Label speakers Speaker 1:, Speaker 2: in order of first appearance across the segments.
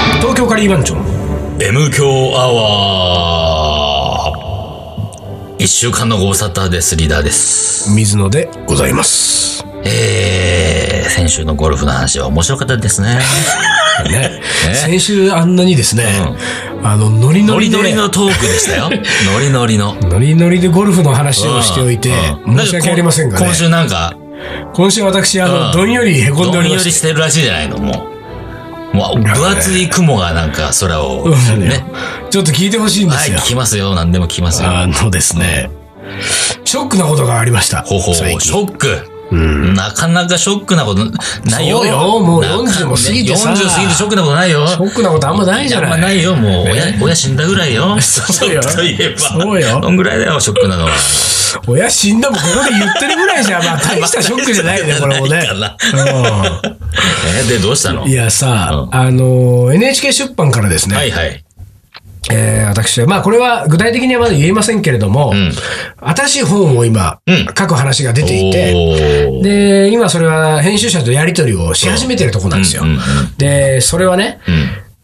Speaker 1: 裁判長の
Speaker 2: M 強アワー一週間のご無沙汰です、リーダーです。
Speaker 1: 水野でございます。
Speaker 2: えー、先週のゴルフの話は面白かったで すね。
Speaker 1: ね、先週あんなにですね、あの、ノリノ
Speaker 2: ノ
Speaker 1: リ
Speaker 2: リ
Speaker 1: で、
Speaker 2: ノリのトークでしたよ。ノリノリの。
Speaker 1: ノリノリでゴルフの話をしておいて、
Speaker 2: うんうん
Speaker 1: 申し訳ありませんが
Speaker 2: な
Speaker 1: ね
Speaker 2: かこ今、週なんか、
Speaker 1: 今週私、あの、
Speaker 2: うん
Speaker 1: どんよりへこんでおり
Speaker 2: ど
Speaker 1: ま
Speaker 2: んよりし
Speaker 1: して
Speaker 2: るらしいじゃないの、もう。もう、分厚い雲がなんか空を、
Speaker 1: そうなのよ
Speaker 2: ね。
Speaker 1: て、ちょっと聞いてほしいんで
Speaker 2: は
Speaker 1: す
Speaker 2: い、
Speaker 1: よ
Speaker 2: 聞。きますよ。何でも聞きますよ。
Speaker 1: あのですね、ショックなことがありました。
Speaker 2: ほうほう、シ
Speaker 1: 最近
Speaker 2: ョック。なかなかショックなことないよ。
Speaker 1: そうよもう
Speaker 2: なか
Speaker 1: 40も過ぎてさ
Speaker 2: 40過ぎてショックなことないよ。
Speaker 1: ショックなことあんまないじゃない。
Speaker 2: あんまないよ、もう。親、親死んだぐらいよ。
Speaker 1: そうよ
Speaker 2: ショックといえば。
Speaker 1: そうよ
Speaker 2: そんぐらいだよ、ショックなのは。
Speaker 1: 親死んだもんここで言ってるぐらいじゃ、ま あ大したショックじゃないね、これもね
Speaker 2: ない。から
Speaker 1: う
Speaker 2: え、 で、どうしたの
Speaker 1: んいやさ、
Speaker 2: う
Speaker 1: あの、NHK 出版からですね、
Speaker 2: はいはい。
Speaker 1: えー私は、まあこれは具体的にはまだ言えませんけれども、
Speaker 2: ん
Speaker 1: 新しい本を今、
Speaker 2: うん
Speaker 1: 書く話が出
Speaker 2: お
Speaker 1: ていて、
Speaker 2: ー
Speaker 1: で、今それは編集者とやり取りをし始めてるとこなんですよ。
Speaker 2: うんうん
Speaker 1: で、それはね、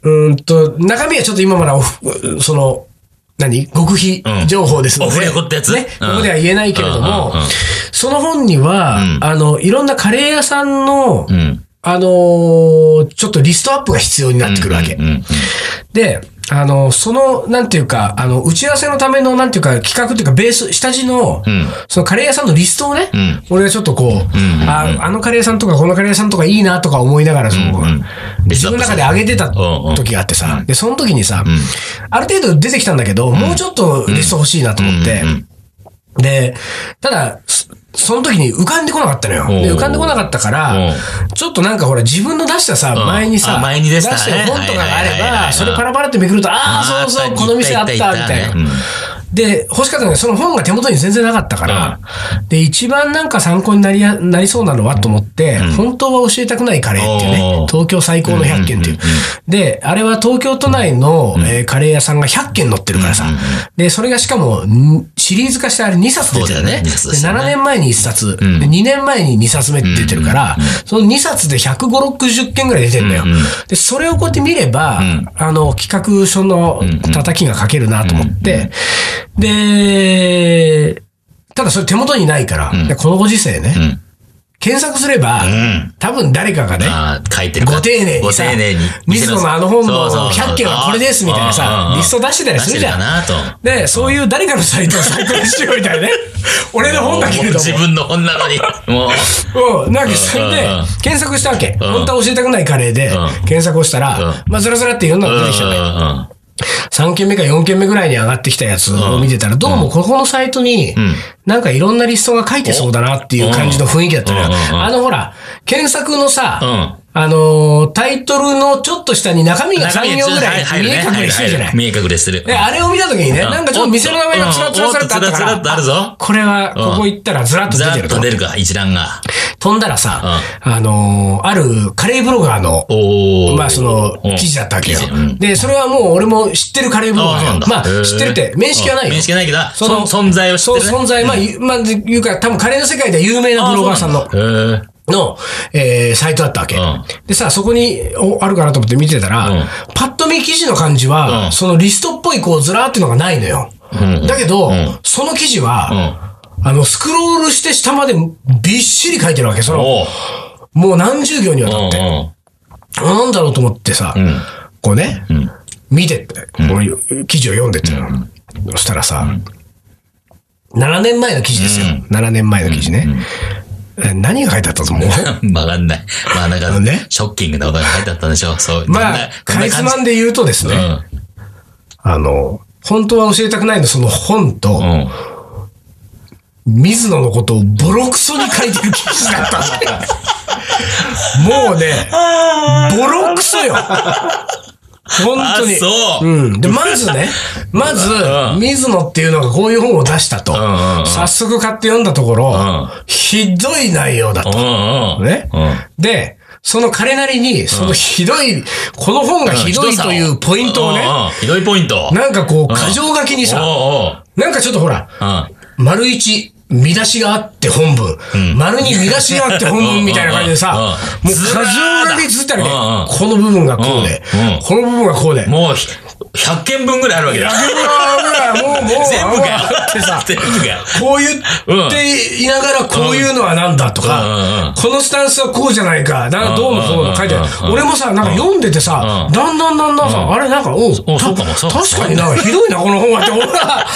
Speaker 1: うーんと、中身はちょっと今まだおふ、その、何極秘
Speaker 2: うん
Speaker 1: 情報ですの
Speaker 2: オ
Speaker 1: で。
Speaker 2: フレコってやつ
Speaker 1: ね、
Speaker 2: うん
Speaker 1: ここでは言えないけれども、
Speaker 2: うんうんうん
Speaker 1: その本には、
Speaker 2: うん
Speaker 1: あの、いろんなカレー屋さんの、
Speaker 2: うん。うん。
Speaker 1: あのーちょっとリストアップが必要になってくるわけ。
Speaker 2: うんうんうん
Speaker 1: で、あの、その、なんていうか、あの、打ち合わせのための、なんていうか、企画っていうか、ベース、下地の、
Speaker 2: ん
Speaker 1: そのカレー屋さんのリストをね、
Speaker 2: うん
Speaker 1: 俺はちょっとこう、
Speaker 2: んうん
Speaker 1: あ、あのカレー屋さんとか、このカレー屋さんとかいいなとか思いながら、その、
Speaker 2: うんうんリス
Speaker 1: 自
Speaker 2: トア
Speaker 1: 分の
Speaker 2: ップ
Speaker 1: 中
Speaker 2: する
Speaker 1: で上げてた
Speaker 2: うんうん
Speaker 1: 時があってさ、で、その時にさ、ある程度出てきたんだけど、もうちょっとリスト欲しいなと思って、
Speaker 2: うんうん
Speaker 1: で、ただ、そその時に浮かんでこなかったのよ。で
Speaker 2: おう
Speaker 1: 浮かんでこなかったから、ちょっとなんかほら自分の出したさ、
Speaker 2: ん
Speaker 1: 前にさ、
Speaker 2: あ前に出したね
Speaker 1: 出してる本とかがあ
Speaker 2: は
Speaker 1: れ
Speaker 2: いはいはいは
Speaker 1: ば、
Speaker 2: い
Speaker 1: それパラパラってめくると、ああ、そうそう、
Speaker 2: った
Speaker 1: この店あった、み
Speaker 2: いたい
Speaker 1: たい
Speaker 2: ね
Speaker 1: な。で、欲しかったのがその本が手元に全然なかったから、で、一番なんか参考になりやなりそうなのはと思って、本当は教えたくないカレーっていう
Speaker 2: お
Speaker 1: ね
Speaker 2: ー、
Speaker 1: 東京最高の100軒っていう。で、あれは東京都内の、えーカレー屋さんが100軒載ってるからさ、で、それがしかも、んシリーズ化してあれ2冊出て
Speaker 2: そう
Speaker 1: る
Speaker 2: だ
Speaker 1: ね。
Speaker 2: よね
Speaker 1: で
Speaker 2: 二冊ですよね
Speaker 1: 7年前に1冊、で2年前に2冊目って出てるから、その2冊で150、60件ぐらい出てるんだよ。で、それをこうやって見れば、あの、企画書の叩きが書けるなと思って、で、ただそれ手元にないから、でこのご時世ね、
Speaker 2: ん
Speaker 1: 検索すれば、
Speaker 2: ん
Speaker 1: 多分誰かがね、
Speaker 2: ああ、書いてるか
Speaker 1: ご丁寧に
Speaker 2: ご
Speaker 1: さ、
Speaker 2: 丁寧に。
Speaker 1: 水野のあの本
Speaker 2: そうそ
Speaker 1: の
Speaker 2: う
Speaker 1: 100件はこれですみたいな
Speaker 2: うんうん
Speaker 1: さ
Speaker 2: う、ん
Speaker 1: リスト出してたりするじゃん
Speaker 2: 出。してるかなと。
Speaker 1: で、そういう誰かのサイトを参考にしようみたい なね。俺の本だけれども
Speaker 2: 自。分の本なのに。もう。
Speaker 1: うん、なんかそれで
Speaker 2: うんうん、
Speaker 1: 検索したわけ。
Speaker 2: ん
Speaker 1: 本当は教えたくないカレーで
Speaker 2: うん、
Speaker 1: 検索をしたら、まあ、ずらず らっていろんなの出てきたね。3件目か4件目ぐらいに上がってきたやつを見てたら、どうもここのサイトに、なんかいろんなリストが書いてそうだなっていう感じの雰囲気だったのよ
Speaker 2: うんうんう。ん
Speaker 1: あのほら、検索の
Speaker 2: う
Speaker 1: さ
Speaker 2: ん、
Speaker 1: あのー、タイトルのちょっと下に中身が
Speaker 2: 中身
Speaker 1: 3
Speaker 2: に
Speaker 1: 行ぐらい
Speaker 2: 入
Speaker 1: 見
Speaker 2: る
Speaker 1: え
Speaker 2: ね
Speaker 1: 隠れしてるじゃない
Speaker 2: 見え隠れしてる。
Speaker 1: で、あれを見たときにね、
Speaker 2: うん
Speaker 1: なんかちょっと店の名前がつらつらつらってあったか
Speaker 2: うんおっとつらつらっと
Speaker 1: ら、
Speaker 2: あるぞ
Speaker 1: これは、ここ行ったらずらっと出
Speaker 2: ざ
Speaker 1: て
Speaker 2: ー
Speaker 1: る
Speaker 2: っ
Speaker 1: と
Speaker 2: と。出るか、一覧が。
Speaker 1: 飛んだらさ、あのー、あるカレーブロガーの、
Speaker 2: おー
Speaker 1: まあその、記事だったわけよ
Speaker 2: 記事うん。
Speaker 1: で、それはもう俺も知ってるカレーブロガー
Speaker 2: あ
Speaker 1: だ
Speaker 2: あ
Speaker 1: よ
Speaker 2: なんだ
Speaker 1: ま
Speaker 2: へ
Speaker 1: あ
Speaker 2: ー
Speaker 1: 知ってるって、面識はないよ。
Speaker 2: うん面識ないけど
Speaker 1: その
Speaker 2: そん存在は知ってるね
Speaker 1: そう、存在。まあ、ゆまあ、でいうか、多分カレーの世界では有名なブロガーさんの。
Speaker 2: へー
Speaker 1: の、えーサイトだったわけ。
Speaker 2: うん
Speaker 1: でさ、そこにおあるかなと思って見てたら、
Speaker 2: うん
Speaker 1: パッと見記事の感じは、
Speaker 2: うん
Speaker 1: そのリストっぽいこうずらーっていうのがないのよ。
Speaker 2: ん
Speaker 1: だけど、
Speaker 2: ん
Speaker 1: その記事は、あの、スクロールして下までびっしり書いてるわけ。その、
Speaker 2: おー
Speaker 1: もう何十行にわ
Speaker 2: う
Speaker 1: た
Speaker 2: ん
Speaker 1: って。
Speaker 2: うん
Speaker 1: なんだろうと思ってさ、こうね、見てって、この記事を読んでってたの、そしたらさ、7年前の記事ですよ。7年前の記事ね。え何が書いてあった と思う
Speaker 2: わかんない。まあなん
Speaker 1: あの
Speaker 2: か
Speaker 1: ね、
Speaker 2: ショッキングなことが書いてあったんでしょう。そう。
Speaker 1: まあ、カリスマンで言うとですね、
Speaker 2: ね。
Speaker 1: あの、本当は教えたくないのその本と、
Speaker 2: うん。うん。
Speaker 1: 水野のことをボロクソに書いてる記事だった のもうね、ボロクソ よ。本
Speaker 2: あ、
Speaker 1: 当に。
Speaker 2: そう。
Speaker 1: うん。で、まずね、まず、
Speaker 2: うん
Speaker 1: 水野っていうのがこういう本を出したと。
Speaker 2: んうんうん
Speaker 1: 早速買って読んだところ、
Speaker 2: ん
Speaker 1: ひどい内容だと。
Speaker 2: うんうん。
Speaker 1: ね
Speaker 2: うん。
Speaker 1: で、その彼なりに、そのひどい、この本がひどいというポイントを
Speaker 2: うん
Speaker 1: ね、
Speaker 2: うん。ひどいポイント。
Speaker 1: なんかこう、過剰書きにさ、
Speaker 2: おうおう
Speaker 1: なんかちょっとほら、
Speaker 2: うん。
Speaker 1: 丸一、見出しがあって本文、丸に見出しがあって本文みたいな感じでさ、
Speaker 2: うん
Speaker 1: も
Speaker 2: うん
Speaker 1: う
Speaker 2: うん
Speaker 1: 過剰なにずってあるね。
Speaker 2: ずらーだ
Speaker 1: この部分がこうで
Speaker 2: うんうん、
Speaker 1: この部分がこうで。
Speaker 2: もう、ひ100件分ぐらいあるわけだ。
Speaker 1: あーもう、もう、もう、
Speaker 2: 全部が
Speaker 1: あーってさ、
Speaker 2: 全部が。
Speaker 1: こう言っていながらこういうのはなんだと
Speaker 2: うんうんう
Speaker 1: か、
Speaker 2: ん
Speaker 1: このスタンスはこうじゃないか、なんかどうもこうの書いてあ
Speaker 2: うんうんうんう
Speaker 1: る。
Speaker 2: ん
Speaker 1: 俺もさ、なんか読んでてさ
Speaker 2: う、ん
Speaker 1: だんだんだんだんさ、あれなんか、おう
Speaker 2: お
Speaker 1: た
Speaker 2: そうかもそうかも
Speaker 1: 確かになんかひどいな、この本はって、俺は、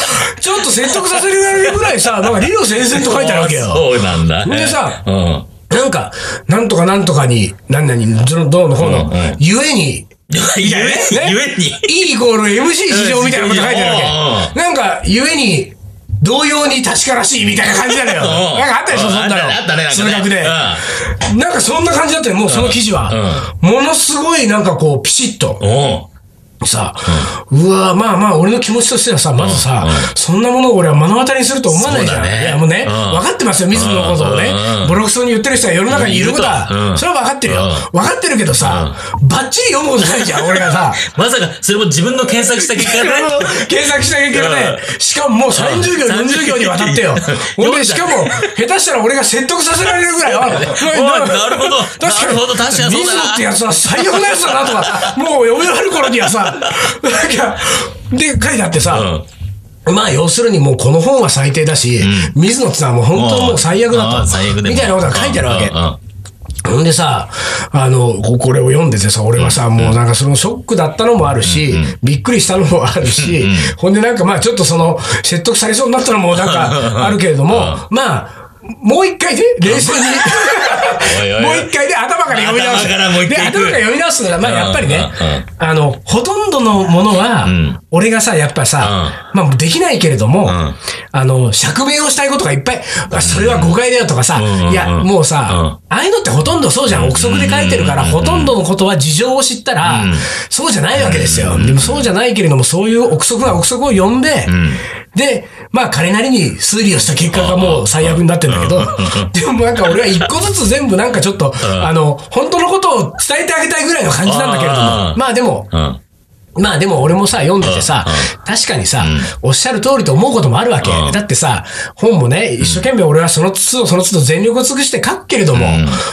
Speaker 1: ちょっと説得させるぐらい さ、なんか理路整然と書いてあるわけよ。
Speaker 2: そうなんだ。
Speaker 1: でさ
Speaker 2: うん。うん
Speaker 1: なんか、なんとかなんとかに、何々、そのどうのこうの
Speaker 2: うんうん、
Speaker 1: ゆえに、
Speaker 2: ゆえ
Speaker 1: ね
Speaker 2: に、ゆえに。
Speaker 1: E イコール MC 市場みたいなこと書いてあるわけ。なんか、ゆえに、同様に確からしいみたいな感じなのよ。
Speaker 2: うん
Speaker 1: なんかあったでしょ、
Speaker 2: うん
Speaker 1: そんなの。
Speaker 2: あったねあったねなんかね
Speaker 1: 数学で。なんかそんな感じだったよ、もうその記事は。ものすごいなんかこう、ピシッと。
Speaker 2: おう
Speaker 1: さ、うわまあまあ、俺の気持ちとしてはさ、まずさ
Speaker 2: うんう、
Speaker 1: そんなものを俺は目の当たりにすると思わないじゃん。
Speaker 2: そうだね
Speaker 1: いや、もうね、
Speaker 2: うん
Speaker 1: 分かってますよ、自らのことをね
Speaker 2: うんうんうん。
Speaker 1: ボロクソに言ってる人は世の中にいること
Speaker 2: いるとう
Speaker 1: は、
Speaker 2: ん
Speaker 1: それは分かってるよ。
Speaker 2: う
Speaker 1: 分かってるけどさ、バッチリ読むことないじゃん、俺がさ。
Speaker 2: まさか、それも自分の検索した結果
Speaker 1: あの
Speaker 2: ね。
Speaker 1: 検索した結果ね、しかももう30秒、
Speaker 2: うん
Speaker 1: 40秒にわたって よ。ほんで、しかも、下手したら俺が説得させられるぐらいよ。
Speaker 2: おいなるほどなるほど確かにそうだな
Speaker 1: ミズノってやつは最悪なやつだなと か、もう読め終わる頃にはさ、なんか、で、書いてあってさ、
Speaker 2: うん
Speaker 1: まあ、要するにもうこの本は最低だし、水野ってのはもう本当もう最悪だ
Speaker 2: う
Speaker 1: と
Speaker 2: ん最悪。でも
Speaker 1: みたいなことが書いてあるわけ
Speaker 2: うん。うん
Speaker 1: ほんでさ、あの、ここれを読んでてさ、俺はさ、もうなんかそのショックだったのもあるし、びっくりしたのもあるし、ほんでなんかまあちょっとその、説得されそうになったのもなん かあるけれども、まあ、もう一回で、冷静
Speaker 2: おいお
Speaker 1: に。
Speaker 2: い
Speaker 1: も
Speaker 2: おいう
Speaker 1: 一回で頭から読み直す。
Speaker 2: 頭からもう一
Speaker 1: で、
Speaker 2: 回行
Speaker 1: 頭
Speaker 2: く
Speaker 1: から読み直すなら、まあ
Speaker 2: うん
Speaker 1: やっぱりね、
Speaker 2: う
Speaker 1: あの、ほとんどのものは、
Speaker 2: ん
Speaker 1: 俺がさ、やっぱさ、まあできないけれども、
Speaker 2: ん
Speaker 1: あの、釈明をしたいことがいっぱい、あそれは誤解だよとかさ、
Speaker 2: うん
Speaker 1: いや、もうさ、ああいうのってほとんどそうじゃん。憶測で書いてるから、ほとんどのことは事情を知ったら、そうじゃないわけですよ。でもそうじゃないけれども、そういう憶測が憶測を読んで、で、まあ彼なりに推理をした結果がもう最悪になってんだけど、でもなんか俺は一個ずつ全部なんかちょっと、あの、本当のことを伝えてあげたいぐらいの感じなんだけれども
Speaker 2: あ、ー
Speaker 1: まあでも、
Speaker 2: うん。
Speaker 1: まあでも俺もさ、読んでてさ、確かにさ、おっしゃる通りと思うこともあるわけ。
Speaker 2: うん
Speaker 1: だってさ、本もね、一生懸命俺はその都度その都度全力を尽くして書くけれども、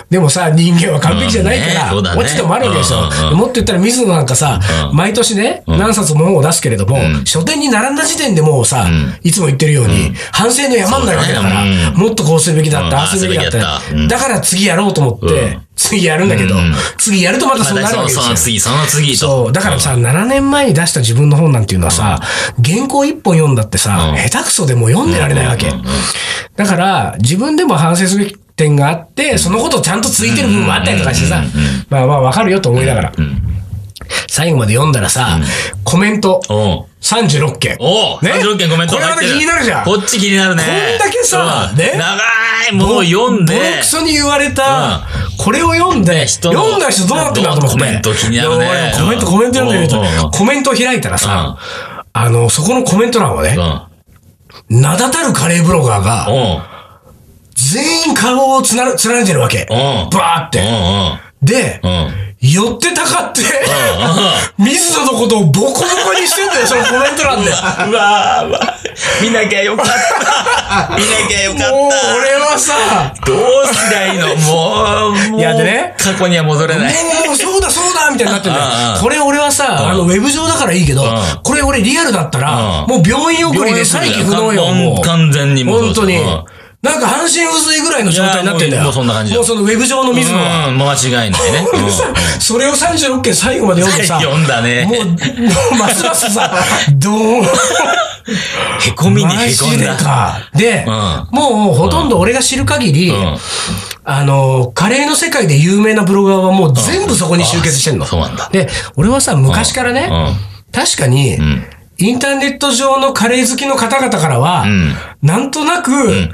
Speaker 1: でもさ、人間は完璧じゃないから、
Speaker 2: うんねそうだね
Speaker 1: 落ちてもあるわけでしょ。
Speaker 2: うんうん
Speaker 1: もっと言ったら水野なんかさ、
Speaker 2: うん
Speaker 1: 毎年ね、何冊も本を出すけれども、書店に並んだ時点でもうさ、いつも言ってるように、反省の山になるわけだから、
Speaker 2: そうだねうん
Speaker 1: もっとこうするべきだっ
Speaker 2: うん
Speaker 1: た、ああするべきだった。
Speaker 2: ああすべきだったうん
Speaker 1: だから次やろうと思って、
Speaker 2: うん
Speaker 1: 次やるんだけど、
Speaker 2: うん
Speaker 1: 次やるとまたそうなるわけです
Speaker 2: そ
Speaker 1: よ。
Speaker 2: の次、その次と。
Speaker 1: そう。だからさ、7年前に出した自分の本なんていうのはさ、原稿1本読んだってさ、
Speaker 2: うん
Speaker 1: 下手くそでもう読んでられないわけ。だから、自分でも反省すべき点があって、そのことをちゃんとついてる部分もあったりとかしてさ、まあまあわかるよと思いながら、最後まで読んだらさ、コメント
Speaker 2: おう
Speaker 1: 36件。
Speaker 2: おう
Speaker 1: ね
Speaker 2: !36 件コメント
Speaker 1: これまた
Speaker 2: 入って
Speaker 1: 気になるじゃん
Speaker 2: こっち気になるね。
Speaker 1: こんだけさ
Speaker 2: うん
Speaker 1: ね
Speaker 2: 長いものを読んで
Speaker 1: ボロ。クソに言われた、これを読んで、
Speaker 2: 人の
Speaker 1: 読んだ人どうなってんだと思って。
Speaker 2: コメント気になるね
Speaker 1: いや俺もコメント、コメント読んでみ
Speaker 2: うんうんう
Speaker 1: ると、
Speaker 2: ん
Speaker 1: コメントを開いたらさ、あの、そこのコメント欄はね
Speaker 2: う、ん。
Speaker 1: 名だたるカレーブロガーが、
Speaker 2: おう
Speaker 1: 全員顔をつなる、つられてるわけ。
Speaker 2: うん
Speaker 1: バーっ
Speaker 2: おう
Speaker 1: て。で、
Speaker 2: おううん。
Speaker 1: 寄ってたかって、水野のことをボコボコにしてんだよ、そのコメント欄で。
Speaker 2: うわーうわー見なきゃよかった。見なきゃよかっ
Speaker 1: もう
Speaker 2: た。
Speaker 1: 俺はさ、
Speaker 2: どうしたらいいのもう、もう。
Speaker 1: いやでね
Speaker 2: 過去には戻れない。
Speaker 1: もうそうだそうだみたいになってんだよ
Speaker 2: うんうん。
Speaker 1: これ俺はさ、あの、ウェブ上だからいいけど
Speaker 2: ん、
Speaker 1: これ俺リアルだったら、
Speaker 2: うん
Speaker 1: もう病院送りで再起不能よ、もう。
Speaker 2: 完全にもう
Speaker 1: 本当に
Speaker 2: うん。
Speaker 1: なんか半身不随ぐらいの状態になってんだよ。
Speaker 2: いやもうもうそんな感じだ
Speaker 1: もうそのウェブ上の水野は。
Speaker 2: うん、もう間違いないね。うん
Speaker 1: それを36件最後まで読んでさ、
Speaker 2: 読んだね
Speaker 1: もう、もうますますさ、どう
Speaker 2: へこみに
Speaker 1: マ
Speaker 2: へこ
Speaker 1: ジ
Speaker 2: ん
Speaker 1: で
Speaker 2: だ。
Speaker 1: か。で、
Speaker 2: う
Speaker 1: もうほとんど俺が知る限り、
Speaker 2: ん
Speaker 1: あの、カレーの世界で有名なブロガーはもう全部そこに集結してんの。
Speaker 2: あそうなんだ
Speaker 1: で、俺はさ、昔からね、確かに、インターネット上のカレー好きの方々からは、
Speaker 2: ん
Speaker 1: なんとなく、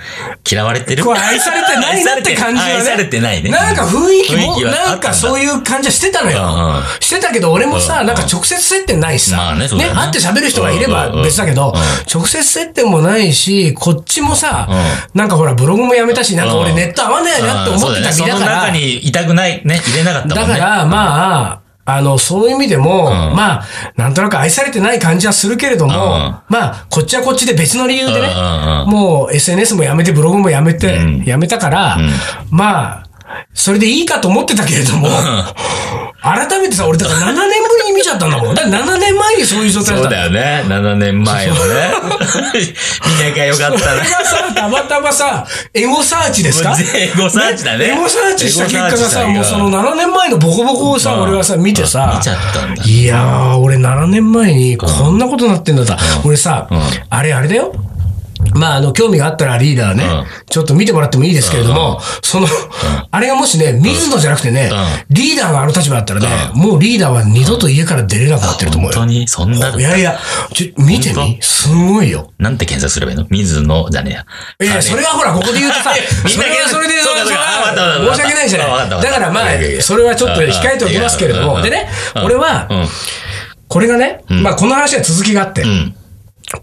Speaker 2: 嫌われてる
Speaker 1: こう愛されてないなって感じはね。
Speaker 2: 愛されてないね。
Speaker 1: なんか雰囲気
Speaker 2: 雰囲
Speaker 1: も、
Speaker 2: 気はあったんだ
Speaker 1: なんかそういう感じはしてたのよ
Speaker 2: うんうん。
Speaker 1: してたけど、俺もさ、
Speaker 2: うん
Speaker 1: なんか直接接点ないし
Speaker 2: ま
Speaker 1: さ。
Speaker 2: あ
Speaker 1: ね、
Speaker 2: ねそうだよね
Speaker 1: 会って喋る人がいれ
Speaker 2: うんう
Speaker 1: ば
Speaker 2: んうん
Speaker 1: 別だけど、直接接点もないし、こっちもさ、なんかほら、ブログもやめたし、なんか俺
Speaker 2: うん
Speaker 1: ネット合わないなって思ってた
Speaker 2: うんそう
Speaker 1: 身だか
Speaker 2: だねその中
Speaker 1: ら。
Speaker 2: にいたくない、ね、入れなかったもん
Speaker 1: だ
Speaker 2: ね。
Speaker 1: から、まあ、あの、そういう意味でも、
Speaker 2: ん
Speaker 1: まあ、なんとなく愛されてない感じはするけれども、
Speaker 2: ん
Speaker 1: まあ、こっちはこっちで別の理由でね
Speaker 2: うんうんう、ん
Speaker 1: もう SNS もやめて、ブログもやめて、やめたから、まあ、それでいいかと思ってたけれども、改めてさ、俺だから7年ぶりに見ちゃったんだもん。だから7年前にそういう状態だ
Speaker 2: そ
Speaker 1: った
Speaker 2: うん
Speaker 1: だ
Speaker 2: だよね。7年前のね。見なきゃよかった
Speaker 1: こ
Speaker 2: な
Speaker 1: れ。がさ、たまたまさ、エゴサーチですか
Speaker 2: エゴサーチだね
Speaker 1: エゴサーチした結果がさ、
Speaker 2: エ
Speaker 1: も
Speaker 2: ゴ
Speaker 1: う
Speaker 2: サーチ
Speaker 1: そ
Speaker 2: だよ
Speaker 1: の7年前のボコボコを
Speaker 2: う
Speaker 1: さ、
Speaker 2: ん
Speaker 1: 俺はさ、見てさ、
Speaker 2: 見ちゃったんだ
Speaker 1: いやー、俺7年前にこんなことなってんだった。俺さ、
Speaker 2: ん
Speaker 1: あれあれだよ。まあ、あの、興味があったらリーダーね、
Speaker 2: うん
Speaker 1: ちょっと見てもらってもいいですけれども、その、あれがもしね、水野じゃなくてね、
Speaker 2: う
Speaker 1: リーダーがあの立場だったらね、もうリーダーは二度と家から出れなくなってると思
Speaker 2: 本
Speaker 1: う
Speaker 2: 当
Speaker 1: よ。
Speaker 2: にそんなだ
Speaker 1: いやいや、ちょ見てみ
Speaker 2: 本
Speaker 1: すごいよ。
Speaker 2: なんて検索すればいいの水野じゃねえや。
Speaker 1: いや、それはほら、ここで言うと さ、
Speaker 2: みん
Speaker 1: そ
Speaker 2: な
Speaker 1: れはそれで、
Speaker 2: そうかそうかあわかったわかったわか
Speaker 1: 申
Speaker 2: った
Speaker 1: し訳ないじゃ
Speaker 2: わかった
Speaker 1: な
Speaker 2: わ
Speaker 1: い。だ
Speaker 2: かった
Speaker 1: からまあ
Speaker 2: いやいやい、や
Speaker 1: それはちょっと控えておきますけれど
Speaker 2: うんう
Speaker 1: も、
Speaker 2: ん
Speaker 1: でね、
Speaker 2: うん
Speaker 1: 俺は
Speaker 2: うん、
Speaker 1: これがね、まあ、この話は続きがあって
Speaker 2: う、ん。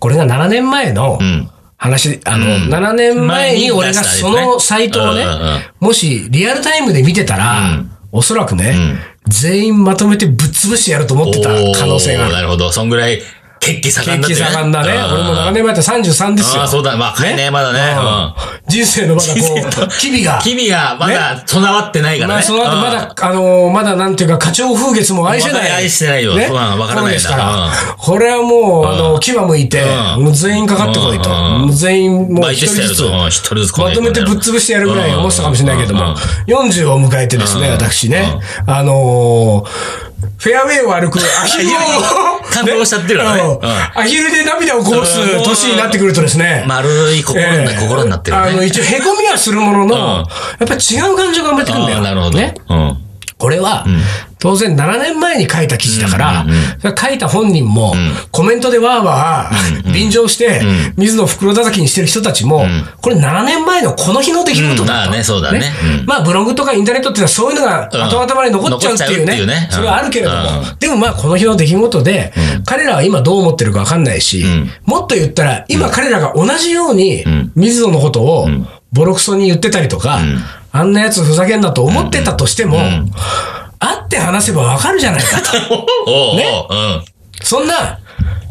Speaker 1: これが7年前の
Speaker 2: ん
Speaker 1: 話、あの、7年前に俺がそのサイトをね
Speaker 2: うんうんうん、
Speaker 1: もしリアルタイムで見てた
Speaker 2: う
Speaker 1: ら
Speaker 2: ん、
Speaker 1: おそらくね
Speaker 2: ん、
Speaker 1: 全員まとめてぶっ潰してやると思ってた可能性があ
Speaker 2: おー
Speaker 1: る。
Speaker 2: なるほど。そんぐらい、血気盛ん
Speaker 1: 元気
Speaker 2: だ
Speaker 1: 盛んだね。
Speaker 2: うん
Speaker 1: 俺も7年前って33です
Speaker 2: あ
Speaker 1: よ
Speaker 2: あ、。そうだ。若いね、まだね。うん
Speaker 1: うん人生のまだこ
Speaker 2: 人生
Speaker 1: う、日々が。
Speaker 2: 君がまだ備わってないか
Speaker 1: ま
Speaker 2: ら
Speaker 1: あ、
Speaker 2: ね。
Speaker 1: その後
Speaker 2: うん
Speaker 1: まだ、あのーまだなんていうか、課長風月も愛してない。
Speaker 2: まだ愛してないよそうなのわからないん
Speaker 1: 頃で
Speaker 2: だ
Speaker 1: すから
Speaker 2: う。
Speaker 1: これはもう、あの、牙向いて、
Speaker 2: うん
Speaker 1: もう全員かかってこいと。
Speaker 2: うん
Speaker 1: もう全員、もう
Speaker 2: バイ
Speaker 1: 一
Speaker 2: トし
Speaker 1: 人
Speaker 2: てや
Speaker 1: ず
Speaker 2: る
Speaker 1: つ
Speaker 2: ぞ。。うん一人ずつこの
Speaker 1: まとめてぶっ潰してやるぐらい思ってたかもしれないけど
Speaker 2: うんうん
Speaker 1: も
Speaker 2: うん、
Speaker 1: 40を迎えてですね、
Speaker 2: うん
Speaker 1: 私ね、あのーフェアウェイを歩くアヒル
Speaker 2: いやいや
Speaker 1: を、
Speaker 2: 感動しちゃってるからね
Speaker 1: うん
Speaker 2: うん
Speaker 1: アヒルで涙をこぼす年になってくるとですね、
Speaker 2: 丸い心にな、
Speaker 1: ええ
Speaker 2: 心になってる
Speaker 1: あの、
Speaker 2: ね。
Speaker 1: 一応、へこみはするものの、やっぱ違う感情が生まれてくるんだ
Speaker 2: あ
Speaker 1: よ。
Speaker 2: ーなるほど。
Speaker 1: ね。
Speaker 2: うん。
Speaker 1: これは、当然7年前に書いた記事だから、
Speaker 2: うんうんうん
Speaker 1: それ書いた本人も、コメントでわーわー、便乗して、水野袋叩きにしてる人たちも、これ7年前のこの日の出来事だと、
Speaker 2: うんまあねそうだねうん
Speaker 1: まあ、ブログとかインターネットっていうのはそういうのが
Speaker 2: うん
Speaker 1: 後々まで残っちゃうっていうね。
Speaker 2: 残っちゃうっていうねうん
Speaker 1: それはあるけれども、
Speaker 2: う
Speaker 1: でもまあ、この日の出来事で、彼らは今どう思ってるかわかんないし、
Speaker 2: ん
Speaker 1: もっと言ったら、今彼らが同じように
Speaker 2: ん、
Speaker 1: 水野のことを、ボロクソに言ってたりとか、あんなやつふざけんなと思ってたとしても、会って話せばわかるじゃないか と。
Speaker 2: おうおう
Speaker 1: ね
Speaker 2: うん。
Speaker 1: そんな、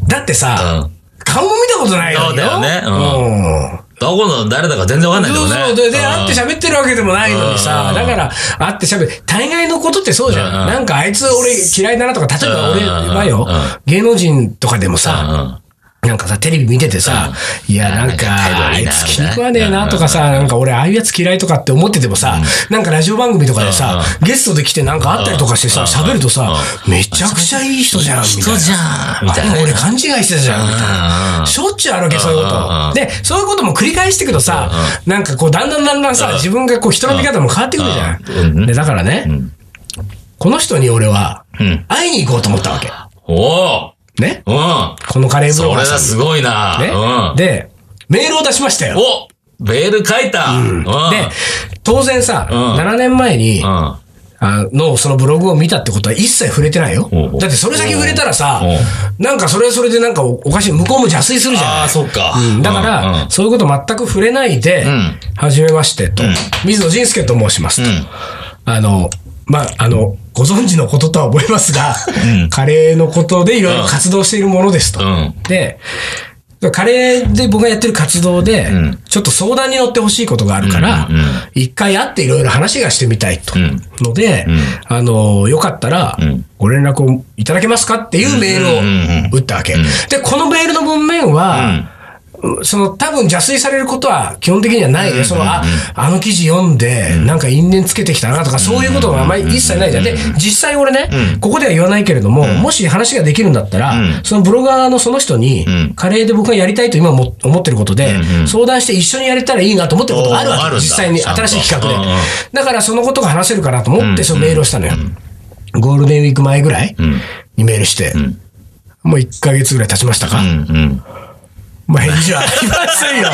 Speaker 1: だってさ、
Speaker 2: う
Speaker 1: 顔も見たことないのによ。
Speaker 2: そうだよねう
Speaker 1: うん
Speaker 2: どこの誰だか全然わかんないんだ
Speaker 1: そう
Speaker 2: もんね。
Speaker 1: そう。で、で、
Speaker 2: うん
Speaker 1: 会って喋ってるわけでもないのにさ、
Speaker 2: うん
Speaker 1: だから、会って喋る。大概のことってそうじゃん。
Speaker 2: うん
Speaker 1: なんか、あいつ俺嫌いだなとか、例えば俺は
Speaker 2: う
Speaker 1: よ
Speaker 2: んうんうん、
Speaker 1: 芸能人とかでも
Speaker 2: う
Speaker 1: さ、
Speaker 2: んうん
Speaker 1: なんかさ、テレビ見ててさ、いや、なんか、
Speaker 2: なんか
Speaker 1: あ
Speaker 2: 態度悪
Speaker 1: い
Speaker 2: いな
Speaker 1: つ気に食わねえなとかさ、なんか俺、ああいうやつ嫌いとかって思っててもさ、なんかラジオ番組とかでさ、ゲストで来てなんか会ったりとかしてさ、
Speaker 2: うん
Speaker 1: 喋るとさ、
Speaker 2: うん
Speaker 1: めちゃくちゃいい人じゃん、みたい
Speaker 2: 人
Speaker 1: な。
Speaker 2: じゃんみたい
Speaker 1: あ
Speaker 2: な
Speaker 1: れ
Speaker 2: ね。
Speaker 1: 俺勘違いしてたじゃん、みたい
Speaker 2: うんうんう
Speaker 1: な。
Speaker 2: ん
Speaker 1: しょっちゅうあるわけ、そういうこ
Speaker 2: うんうん
Speaker 1: と
Speaker 2: う。ん
Speaker 1: で、そういうことも繰り返していくとさ、なんかこう、だんだんだんだん
Speaker 2: う
Speaker 1: さ、
Speaker 2: ん
Speaker 1: 自分がこう、人の見方も変わってくるじゃ。
Speaker 2: うんうんん
Speaker 1: で、だからね、この人に俺は
Speaker 2: うん、
Speaker 1: 会いに行こうと思ったわけ。
Speaker 2: お
Speaker 1: ね。
Speaker 2: おうん。
Speaker 1: このカレーブ
Speaker 2: そ
Speaker 1: ロ
Speaker 2: れ
Speaker 1: ガー
Speaker 2: は
Speaker 1: さんに
Speaker 2: すごいな。
Speaker 1: ね
Speaker 2: うん。
Speaker 1: で、メールを出しましたよ。
Speaker 2: おベール書いた。うん。で、
Speaker 1: で、当然さ、
Speaker 2: ん
Speaker 1: 7年前に
Speaker 2: う、ん。
Speaker 1: あの、そのブログを見たってことは一切触れてないよ
Speaker 2: おうお。う
Speaker 1: だってそれ先触れたらさ
Speaker 2: おうおう、
Speaker 1: なんかそれはそれでなんかおおかしい。向こうも邪推するじゃ
Speaker 2: あ
Speaker 1: な
Speaker 2: あ、
Speaker 1: い
Speaker 2: そっか。
Speaker 1: だか
Speaker 2: うん
Speaker 1: ら、そういうこと全く触れないで
Speaker 2: ん、
Speaker 1: はじめましてと、水野仁介と申しますと。あの、まあ、あの、ご存知のこととは思いますが、カレーのことでいろいろ活動しているものですと
Speaker 2: う。ん。
Speaker 1: で、カレーで僕がやってる活動で、ちょっと相談に乗ってほしいことがあるから
Speaker 2: うんうんうん、
Speaker 1: 一回会っていろいろ話がしてみたいと。
Speaker 2: ん
Speaker 1: ので、あの、よかったら、ご連絡をいただけますかっていうメールを打ったわけ。で、このメールの文面は、その多分邪推されることは基本的にはないね。その、あ、あの記事読んで、なんか因縁つけてきたなとか、そういうことはあまり一切ないじゃん。で、実際俺ね、ここでは言わないけれども、もし話ができるんだったら、そのブロガーのその人に、カレーで僕がやりたいと今も思ってることで、相談して一緒にやれたらいいなと思ってることがあるわ
Speaker 2: おーあ
Speaker 1: け。
Speaker 2: るん
Speaker 1: 実
Speaker 2: だ
Speaker 1: 際に
Speaker 2: ちゃんと
Speaker 1: 新しい企画
Speaker 2: うんう
Speaker 1: で。
Speaker 2: ん
Speaker 1: だからそのことが話せるかなと思って、そのメールをしたのよ。ゴールデンウィーク前ぐらいにメールして、もう1ヶ月ぐらい経ちましたか。
Speaker 2: うん。うん。
Speaker 1: まあ、返事はありませんよ。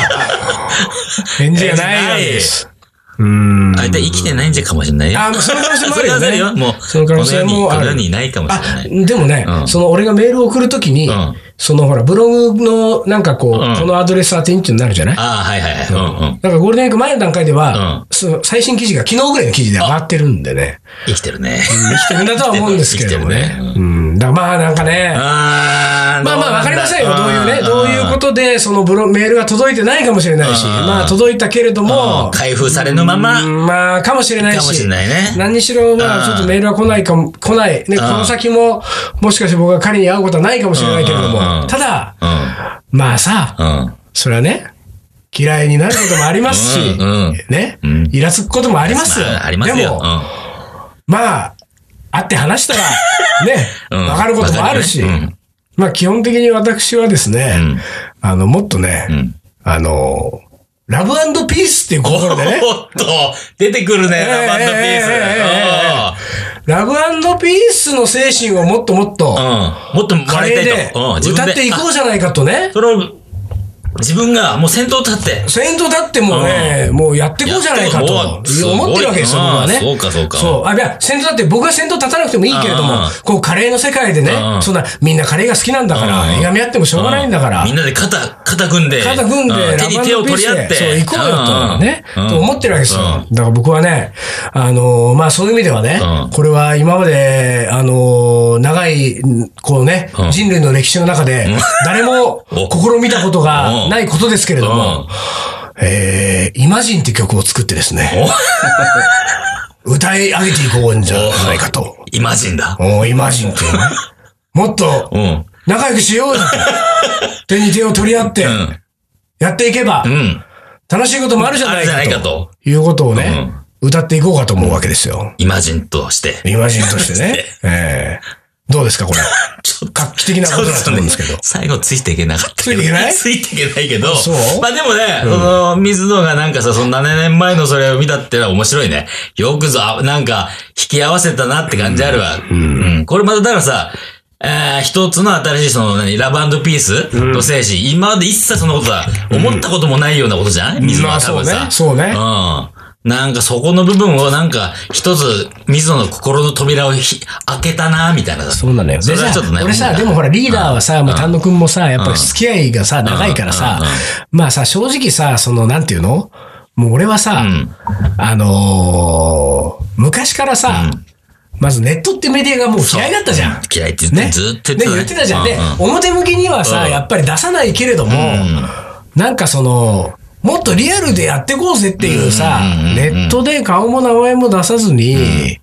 Speaker 1: 返事がないようです。うーん。
Speaker 2: 大体生きてないんじゃかもしれないよ。
Speaker 1: あ、その可能性もあるよ
Speaker 2: それは
Speaker 1: ね。
Speaker 2: あるよもう
Speaker 1: その可能性もあ
Speaker 2: この世にこの世
Speaker 1: る。
Speaker 2: にないかもしれない
Speaker 1: あ、でもね、
Speaker 2: うん
Speaker 1: その俺がメールを送るときに、
Speaker 2: うん
Speaker 1: そのほら、ブログのなんかこう、
Speaker 2: うん
Speaker 1: このアドレス宛てにっていうのになるじゃない
Speaker 2: ああ、はいはいはい。うんうん。
Speaker 1: だからゴールデンウィーク前の段階で
Speaker 2: うん
Speaker 1: は、その最新記事が昨日ぐらいの記事で上がってるんでね。
Speaker 2: 生きてるね。
Speaker 1: 生きてるんだとは思うんですけれども
Speaker 2: 生き
Speaker 1: ね
Speaker 2: てるね。
Speaker 1: うん。だからまあなんかね、
Speaker 2: あー
Speaker 1: まあまあわかりませんよ。どういうね、どういうこ
Speaker 2: と
Speaker 1: とで、そのブロメールが届いてないかもしれないし、
Speaker 2: うん
Speaker 1: まあ届いたけれども、
Speaker 2: 開封されぬまま、
Speaker 1: う
Speaker 2: か
Speaker 1: んまあ、かもしれないし。
Speaker 2: もしれないね。
Speaker 1: 何にしろ、まあ、ち
Speaker 2: うん
Speaker 1: ょっとメールは来ないかも、来ない。ね、
Speaker 2: ん
Speaker 1: この先も、もしかして僕が彼に会うことはないかもしれないけれど
Speaker 2: うんう
Speaker 1: も、
Speaker 2: ん
Speaker 1: ただ、
Speaker 2: う
Speaker 1: まあさ、
Speaker 2: ん。うん。
Speaker 1: それはね、嫌いになることもありますし
Speaker 2: うんうん、
Speaker 1: ね
Speaker 2: うん、
Speaker 1: イラつくこともあります。
Speaker 2: ああります
Speaker 1: で
Speaker 2: よ
Speaker 1: も。、まあ、会って話 したら、ね、
Speaker 2: うん
Speaker 1: わかることもあるし
Speaker 2: わかるよね、
Speaker 1: まあ、基本的に私はですね
Speaker 2: うん、
Speaker 1: あの、もっとね
Speaker 2: ん、
Speaker 1: あの、ラブピースっていう心でね、
Speaker 2: おっと、出てくるね、ラバンドピース。
Speaker 1: えええラブピースの精神をもっともっと、
Speaker 2: うん。もっとも
Speaker 1: カ
Speaker 2: らい
Speaker 1: レー
Speaker 2: たい
Speaker 1: で
Speaker 2: と。うん、自
Speaker 1: 歌
Speaker 2: 分で。
Speaker 1: っていこ
Speaker 2: あ
Speaker 1: うじゃないかとね。
Speaker 2: それを、自分がもう先頭立って。
Speaker 1: 先頭だってもうね、もうやっていこうじゃないかと
Speaker 2: やっていこう
Speaker 1: 思ってるわけですよ、
Speaker 2: すごい
Speaker 1: 僕はね。
Speaker 2: あーそうかそうか
Speaker 1: そう。あ、いや、先頭だって僕が先頭立たなくてもいいけれど
Speaker 2: うん
Speaker 1: も
Speaker 2: うん、
Speaker 1: こうカレーの世界でね
Speaker 2: うんう、ん
Speaker 1: そんなみんなカレーが好きなんだか
Speaker 2: うんう
Speaker 1: ら、
Speaker 2: ん
Speaker 1: いがみ合ってもしょうがないんだから
Speaker 2: み。んなで肩、肩組んで。
Speaker 1: 肩組んで、ラ
Speaker 2: う手に手を取り合って。
Speaker 1: そう、行こうよと、ね、
Speaker 2: うん
Speaker 1: と思ってるわけですよ。
Speaker 2: うん
Speaker 1: だから僕はね、あのーまあ、そういう意味ではね、
Speaker 2: うん
Speaker 1: これは今まで、あのー長い、こうね、
Speaker 2: うん
Speaker 1: 人類の歴史の中で、誰も
Speaker 2: お
Speaker 1: 試みたこと
Speaker 2: う
Speaker 1: が
Speaker 2: ん
Speaker 1: ないことですけれど
Speaker 2: うん
Speaker 1: も、えー、イマジンって曲を作ってですね、 歌い上げていこうんじゃないかと。
Speaker 2: イマジンだ。
Speaker 1: おーイマジンって いうね、もっと
Speaker 2: うん。
Speaker 1: 仲良くしようよと 手に手を取り合って
Speaker 2: う、ん。
Speaker 1: やっていけば
Speaker 2: う、ん。
Speaker 1: 楽しいこともあるじゃ
Speaker 2: あ
Speaker 1: な
Speaker 2: る
Speaker 1: い
Speaker 2: じゃない
Speaker 1: か
Speaker 2: か
Speaker 1: と。
Speaker 2: と。
Speaker 1: いうことをね、歌っていこうかと思うわけですよ。
Speaker 2: イマジンとして。
Speaker 1: イマジンと してね。ええどうですか、これ。
Speaker 2: ちょっと
Speaker 1: 画期的なことだと思うんですけど。
Speaker 2: 最後ついていけなかった
Speaker 1: つい
Speaker 2: けど。
Speaker 1: ていけない
Speaker 2: ついていけないけど。
Speaker 1: そう
Speaker 2: まあでもね、その、水野がなんかさ、その7年前のそれを見たってのは面白いね。よくぞ、あなんか、引き合わせたなって感じあるわ。うん。これまただからさ、えー、一つの新しいその、何、ラブピースの精神。今まで一切そんなことさ、思ったこともないようなことじゃん水野
Speaker 1: ま
Speaker 2: は
Speaker 1: あ、
Speaker 2: 多
Speaker 1: そう
Speaker 2: 分
Speaker 1: ね
Speaker 2: さ。。
Speaker 1: そうね。
Speaker 2: うん。なんかそこの部分をなんか一つ水野の心の扉をひ開けたなみたいな。
Speaker 1: そうなのよ。
Speaker 2: そ
Speaker 1: で
Speaker 2: れは
Speaker 1: さ
Speaker 2: ちょっとね、
Speaker 1: 俺さ、
Speaker 2: 思う
Speaker 1: で
Speaker 2: んだ
Speaker 1: もほら、リーダーはさ、まあ、丹野くんもさ、やっぱり付き合いがさ、長いからさ、まあさ、正直さ、その、なんていうのもう俺はさ、
Speaker 2: ん
Speaker 1: あのー昔からさ、まずネットってメディアがもう嫌いだったじゃん。
Speaker 2: 嫌いって言
Speaker 1: ね。
Speaker 2: って、ずっと
Speaker 1: ね言ってたじゃん。で
Speaker 2: うう、
Speaker 1: 表向きにはさ、
Speaker 2: うん
Speaker 1: やっぱり出さないけれども、なんかその、もっとリアルでやってこうぜっていうさ、ネットで顔も名前も出さずに、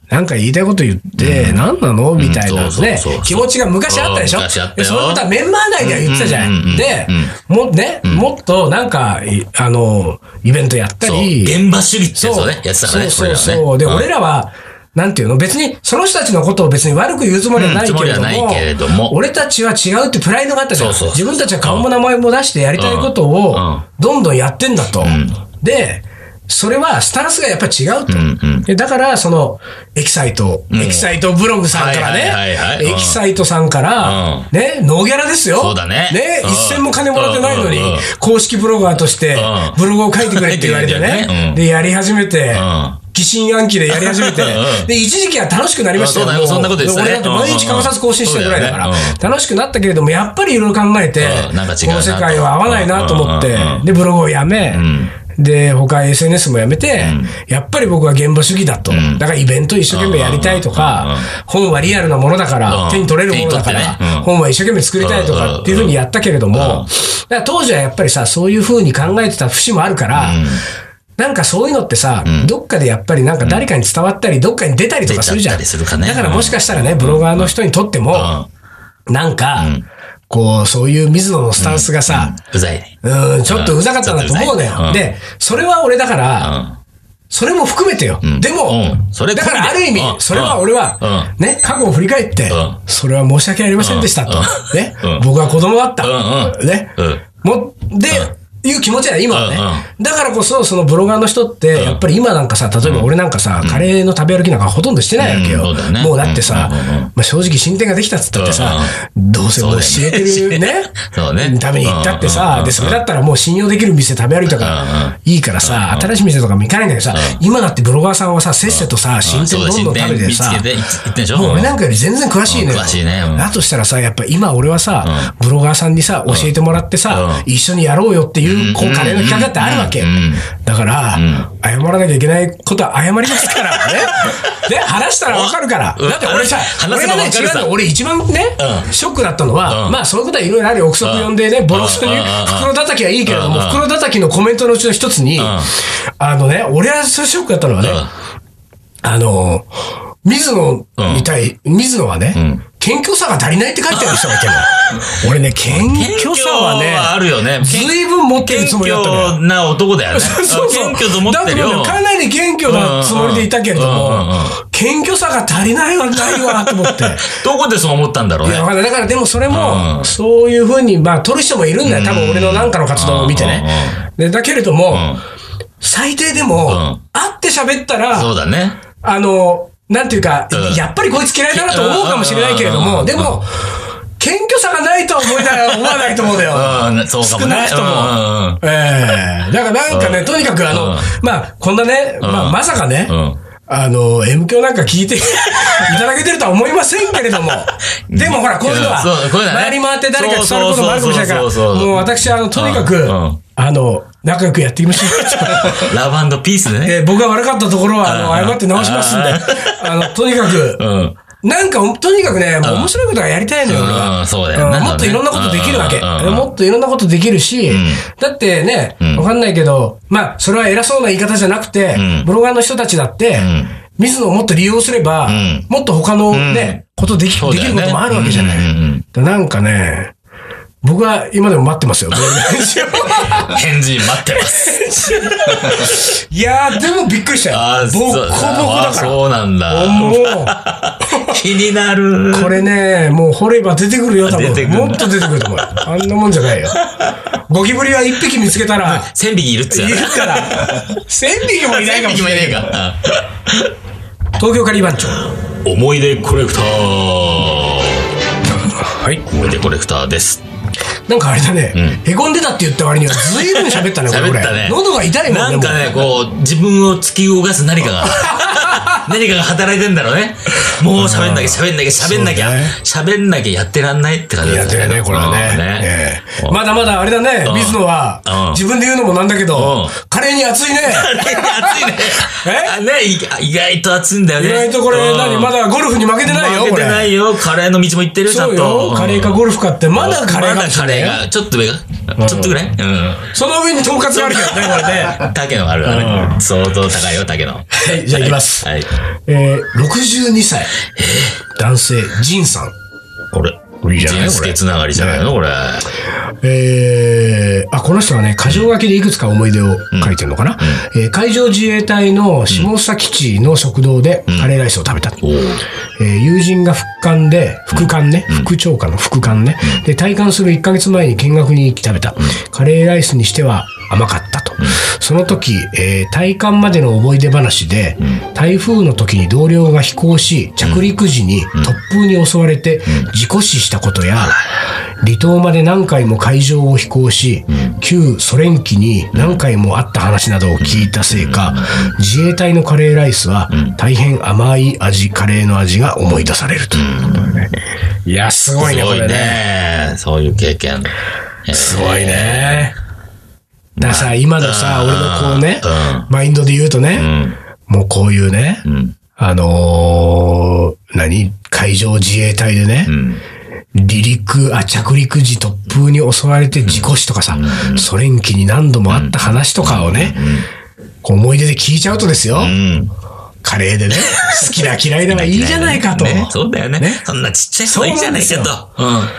Speaker 1: なんか言いたいこと言って、何なのみたいな
Speaker 2: そうそう
Speaker 1: ね
Speaker 2: そうそう、
Speaker 1: 気持ちが昔あったでしょ
Speaker 2: うん昔あった
Speaker 1: で
Speaker 2: よ
Speaker 1: そういうことはメンバー内では言ってたじゃ
Speaker 2: うんうんうんうん
Speaker 1: ん。で、もうね、もっとなんか、いあの、イベントやった
Speaker 2: そう、
Speaker 1: り、
Speaker 2: 現場主義ってやつをね、やってたからね、
Speaker 1: そうそうそう。
Speaker 2: これ
Speaker 1: で、
Speaker 2: らはね
Speaker 1: 俺らは、なんていうの別に、その人たちのことを別に悪く言うつもりはないけれど
Speaker 2: うんつもりは
Speaker 1: も、
Speaker 2: ないけれども
Speaker 1: 俺たちは違うってプライドがあったじゃん。
Speaker 2: そうそうそう
Speaker 1: 自分たちは顔も名前も出してやりたいことを
Speaker 2: うんうん、
Speaker 1: どんどんやってんだと。で、それはスタンスがやっぱり違うと。
Speaker 2: うんうん
Speaker 1: でだから、その、エキサイト、エキサイトブログさんからね
Speaker 2: はいはいはいは、いうん
Speaker 1: エキサイトさんから、ね、ノーギャラですよ。
Speaker 2: そうだね
Speaker 1: ね、
Speaker 2: うん
Speaker 1: 一銭も金もらってないのに
Speaker 2: うんうんうん、
Speaker 1: 公式ブロガーとして
Speaker 2: うん、
Speaker 1: ブログを書いてくれって言われて
Speaker 2: 書いてくれてねう
Speaker 1: ね
Speaker 2: ん。
Speaker 1: で、やり始めて
Speaker 2: ん、
Speaker 1: 疑心暗鬼でやり始めて
Speaker 2: う、ん
Speaker 1: で、一時期は楽しくなりましたよ。
Speaker 2: そうだよ
Speaker 1: も
Speaker 2: そんなことですよね
Speaker 1: 俺だって毎日欠かさず更新してるぐらいだか
Speaker 2: う
Speaker 1: ら
Speaker 2: んうんうんそうだよね、
Speaker 1: 楽しくなったけれども、やっぱりいろいろ考えて
Speaker 2: う、んなんか違う
Speaker 1: こ
Speaker 2: なと
Speaker 1: の世界は合わないなと思っ
Speaker 2: うん
Speaker 1: て
Speaker 2: うんうんう、ん
Speaker 1: で、ブログをやめ、で、他 SNS もやめて、やっぱり僕は現場主義だと。だからイベント一生懸命やりたいと
Speaker 2: うんうん
Speaker 1: か
Speaker 2: うん、
Speaker 1: 本はリアルなものだか
Speaker 2: う
Speaker 1: ら、
Speaker 2: ん
Speaker 1: 手に取れるものだか
Speaker 2: 手に取
Speaker 1: ら
Speaker 2: ってねうん、
Speaker 1: 本は一生懸命作りたいとかっていうふうにやったけれども、だから当時はやっぱりさ、そういうふうに考えてた節もあるから、なんかそういうのってさ、どっかでやっぱりなんか誰かに伝わったり、どっかに出たりとかするじゃん。
Speaker 2: 出ちゃったりするかね
Speaker 1: だからもしかしたらね、ブロガーの人にとっても、なんか、こう、そういう水野のスタンスがさ、
Speaker 2: うざいね。
Speaker 1: うん、ちょっとうざかったなと思うのよ。
Speaker 2: うん
Speaker 1: で、それは俺だから、それも含めてよ。でも、
Speaker 2: うんそれ込みで
Speaker 1: だからある意味
Speaker 2: う、ん
Speaker 1: それは俺は、ね、過去を振り返って
Speaker 2: ん、
Speaker 1: それは申し訳ありませんでしたと
Speaker 2: う。ん
Speaker 1: ね
Speaker 2: うん、
Speaker 1: 僕は子供だっ
Speaker 2: うん
Speaker 1: た。
Speaker 2: うん
Speaker 1: ね
Speaker 2: うん。
Speaker 1: も、で、いう気持ちやね、今はね。
Speaker 2: うんうん
Speaker 1: だからこそ、そのブロガーの人って、やっぱり今なんかさ、例えば俺なんかさ、カレーの食べ歩きなんかほとんどしてないわけよ。
Speaker 2: うんそうだよね
Speaker 1: もうだってさ、
Speaker 2: うんうんうん
Speaker 1: まあ、正直進展ができたっつったってさ、どうせ
Speaker 2: そ
Speaker 1: 教
Speaker 2: うだよね
Speaker 1: えてるね
Speaker 2: そうね
Speaker 1: ために行ったってさ、
Speaker 2: うんうんうん
Speaker 1: で、それだったらもう信用できる店食べ歩いたから、
Speaker 2: うんうん
Speaker 1: いいからさ、新しい店とかも行かないんだけどさ、今だってブロガーさんはさ、せっせとさ、進展
Speaker 2: そうだ、
Speaker 1: どん
Speaker 2: 新
Speaker 1: どん食
Speaker 2: 店
Speaker 1: べて
Speaker 2: 見つ
Speaker 1: さ
Speaker 2: け、て、いつ行ってんでしょ
Speaker 1: もう俺なんかより全然詳しいのよ。
Speaker 2: うん詳しいねうん
Speaker 1: だとしたらさ、やっぱ今俺はさ、ブロガーさんにさ、教えてもらってさ、一緒にやろうよっていう、こう、カレーの企画だってあるわけ
Speaker 2: うんうん。
Speaker 1: だから、謝らなきゃいけないことは謝りますから、ね。 で、話したらわかるから。
Speaker 2: うん
Speaker 1: だって俺さ、
Speaker 2: 話
Speaker 1: 俺
Speaker 2: せ
Speaker 1: が
Speaker 2: ば
Speaker 1: ね、
Speaker 2: わか
Speaker 1: 違
Speaker 2: る
Speaker 1: う
Speaker 2: さ
Speaker 1: の、俺一番ね
Speaker 2: う、
Speaker 1: ショックだったのは、
Speaker 2: うん
Speaker 1: まあそういうことはいろいろあるよ。憶測呼んでね、ボロクソに
Speaker 2: うんうんうん、
Speaker 1: 袋叩きはいいけれども
Speaker 2: う、ん
Speaker 1: 袋叩きのコメントのうちの一つに
Speaker 2: ん、
Speaker 1: あのね、俺はそれショックだったのはね、あの、水野に対、水野はね、
Speaker 2: ん
Speaker 1: 謙虚さが足りないって書いてある人がいて るの俺ね、謙虚さは
Speaker 2: 謙虚はあ
Speaker 1: ね、
Speaker 2: るよね。
Speaker 1: ずいぶん持ってるつもりだったのよ。
Speaker 2: 謙虚な男だよ ね。謙虚と思ってる
Speaker 1: だ
Speaker 2: よ。
Speaker 1: からかなり謙虚なつもりでいたけれど
Speaker 2: うんうんうん
Speaker 1: も
Speaker 2: うんうん、
Speaker 1: 謙虚さが足りないはないわと思 って。
Speaker 2: どこでそう思ったんだろう
Speaker 1: い
Speaker 2: ね
Speaker 1: や、。わかんないだからでもそれ
Speaker 2: う
Speaker 1: も、
Speaker 2: ん
Speaker 1: そういうふうに、まあ、取る人もいるんだよ。多分俺のなんかの活動を見てね。でだけれども、最低でも、
Speaker 2: ん
Speaker 1: 会って喋ったら、
Speaker 2: そうだね。
Speaker 1: あの、なんていうか、
Speaker 2: うん
Speaker 1: やっぱりこいつ嫌いだなと思うかもしれないけれど
Speaker 2: う
Speaker 1: も、
Speaker 2: ん
Speaker 1: でも、謙虚さがないとは思いながら思わないと思うんだよ。
Speaker 2: うん、そうかも
Speaker 1: 少な
Speaker 2: ね。
Speaker 1: い人も
Speaker 2: うん
Speaker 1: ええだからなんかね、とにかくあ
Speaker 2: う
Speaker 1: の
Speaker 2: ん、
Speaker 1: まあ、こんなね、まあ、まさかね
Speaker 2: う、んうん。
Speaker 1: あの、M 響なんか聞いて いただけてるとは思いませんけれども、でもほら、こういうのは、
Speaker 2: そうこういうのはね
Speaker 1: 回り回って誰かに伝わることもあるかもしれないから、
Speaker 2: そうそうそうそう
Speaker 1: もう私はあの、とにかく
Speaker 2: うんうん、
Speaker 1: あの、仲良くやっていきましょう。
Speaker 2: ラブピースでね。
Speaker 1: えー僕が悪かったところは、あ
Speaker 2: うん
Speaker 1: の、謝って直します んで、あの、とにかく
Speaker 2: う、ん。
Speaker 1: なんか、とにかくね、もう面白いことがやりたいのよ、俺
Speaker 2: う
Speaker 1: は。
Speaker 2: んそうだよね
Speaker 1: んもっといろんなことできるわけ。
Speaker 2: うんうんうん
Speaker 1: もっといろんなことできるし、だってね、わかんないけど、まあ、それは偉そうな言い方じゃなくて、
Speaker 2: うん
Speaker 1: ブロガーの人たちだって、
Speaker 2: ん
Speaker 1: 水野をもっと利用すれば、
Speaker 2: ん
Speaker 1: もっと他のね、ことでき、
Speaker 2: そう
Speaker 1: で
Speaker 2: だ
Speaker 1: き
Speaker 2: よ
Speaker 1: る
Speaker 2: ね
Speaker 1: こともあるわけじゃない。
Speaker 2: うんうんうん
Speaker 1: なんかね、僕は今でも待ってます よ、ブログの返信を
Speaker 2: 返事待ってます。
Speaker 1: いやー、でもびっくりしたよ
Speaker 2: あ。ー
Speaker 1: ボッコボ
Speaker 2: そ
Speaker 1: コ
Speaker 2: う
Speaker 1: だ
Speaker 2: あ
Speaker 1: から。
Speaker 2: そうなんだ。
Speaker 1: もう。
Speaker 2: 気になる。
Speaker 1: これね、もう掘れば出てくるよ、多分
Speaker 2: 出て。くる
Speaker 1: もっと出てくると思う。あんなもんじゃないよ。ゴキブリは一匹見つけたら、
Speaker 2: 千 匹いるっつ
Speaker 1: い
Speaker 2: や
Speaker 1: る
Speaker 2: な。
Speaker 1: から、千匹もいない
Speaker 2: 千
Speaker 1: かも
Speaker 2: 匹
Speaker 1: し
Speaker 2: も
Speaker 1: れ
Speaker 2: い
Speaker 1: な。
Speaker 2: ないいか。
Speaker 1: 東京カリバン町。
Speaker 2: うん思い出コレクター。
Speaker 1: はい。
Speaker 2: 思い出コレクターです。
Speaker 1: なんかあれだね、へこんでたって言った割には、ずいぶん喋ったね、これ。
Speaker 2: 喋ったね
Speaker 1: 俺喉が痛いもん
Speaker 2: なんかね、こう、自分を突き動かす何 かが、何かが働いてんだろうね。もう喋んなきゃ、喋んなきゃ、喋んなきゃ
Speaker 1: そうね、
Speaker 2: 喋んなきゃやってらんないって感じ
Speaker 1: やってるね、これは
Speaker 2: うん
Speaker 1: ね。ええまだまだあれだね、
Speaker 2: うん
Speaker 1: 水野は
Speaker 2: うん、
Speaker 1: 自分で言うのもなんだけど
Speaker 2: う、
Speaker 1: カレーに熱いね。
Speaker 2: 熱いね。
Speaker 1: え
Speaker 2: あねい意外と熱いんだよ
Speaker 1: 意
Speaker 2: ね。
Speaker 1: 外とこれ、
Speaker 2: うん
Speaker 1: 何、まだゴルフに負けてないよ、
Speaker 2: 負
Speaker 1: こ
Speaker 2: けて
Speaker 1: れ。
Speaker 2: ないよ。カレーの道も行ってるよ、ちゃ
Speaker 1: そ
Speaker 2: ん
Speaker 1: う
Speaker 2: と。
Speaker 1: よ。カレーかゴルフかって、まだカレー
Speaker 2: ま
Speaker 1: か
Speaker 2: だ
Speaker 1: もし
Speaker 2: カ
Speaker 1: れない
Speaker 2: レ
Speaker 1: よ
Speaker 2: ーが、ちょっと上が、ちょっとぐらいうん。
Speaker 1: その上にとんかつがあるけど ね、これね。
Speaker 2: 竹野があるわね。相当高いよ、竹野。はい
Speaker 1: じゃあ行きます
Speaker 2: はい。
Speaker 1: えー、62歳。男性、ジンさん。
Speaker 2: これ。
Speaker 1: いいじゃない
Speaker 2: 人
Speaker 1: これ
Speaker 2: 助つながりじゃないのこれ。
Speaker 1: えー、あ、この人はね、箇条書きでいくつか思い出を書いてるのかな、えー海上自衛隊の下関基地の食堂でカレーライスを食べた。
Speaker 2: おー
Speaker 1: えー友人が副官で、副官ね、副長官の副官ね、で、退官する1ヶ月前に見学に行き食べた。カレーライスにしては甘かったと。その時、えー退官までの思い出話で、台風の時に同僚が飛行し、着陸時に突風に襲われて事故死したことや、離島まで何回も海上を飛行し、旧ソ連機に何回もあった話などを聞いたせいか、自衛隊のカレーライスは大変甘い味、カレーの味が思い出されるということでね。いや、すごいね、
Speaker 2: す
Speaker 1: こ
Speaker 2: ごい
Speaker 1: れね。
Speaker 2: ね。そういう経験。
Speaker 1: すごいね。だからさ、今のさ、俺のこうね、マインドで言うと
Speaker 2: う
Speaker 1: ね、
Speaker 2: ん。
Speaker 1: もうこういうね、
Speaker 2: うん。
Speaker 1: あのー何海上自衛隊でね、
Speaker 2: うん。
Speaker 1: 離陸、あ、着陸時突風に襲われて事故死とかさ、ソ連機に何度もあった話とかをね、こう思い出で聞いちゃうとですよ、
Speaker 2: うん。
Speaker 1: カレーでね、好きな嫌いならいいじゃないかと
Speaker 2: ねそうだよ ね
Speaker 1: ね。
Speaker 2: そんなちっちゃい人いいじゃないかと。うん。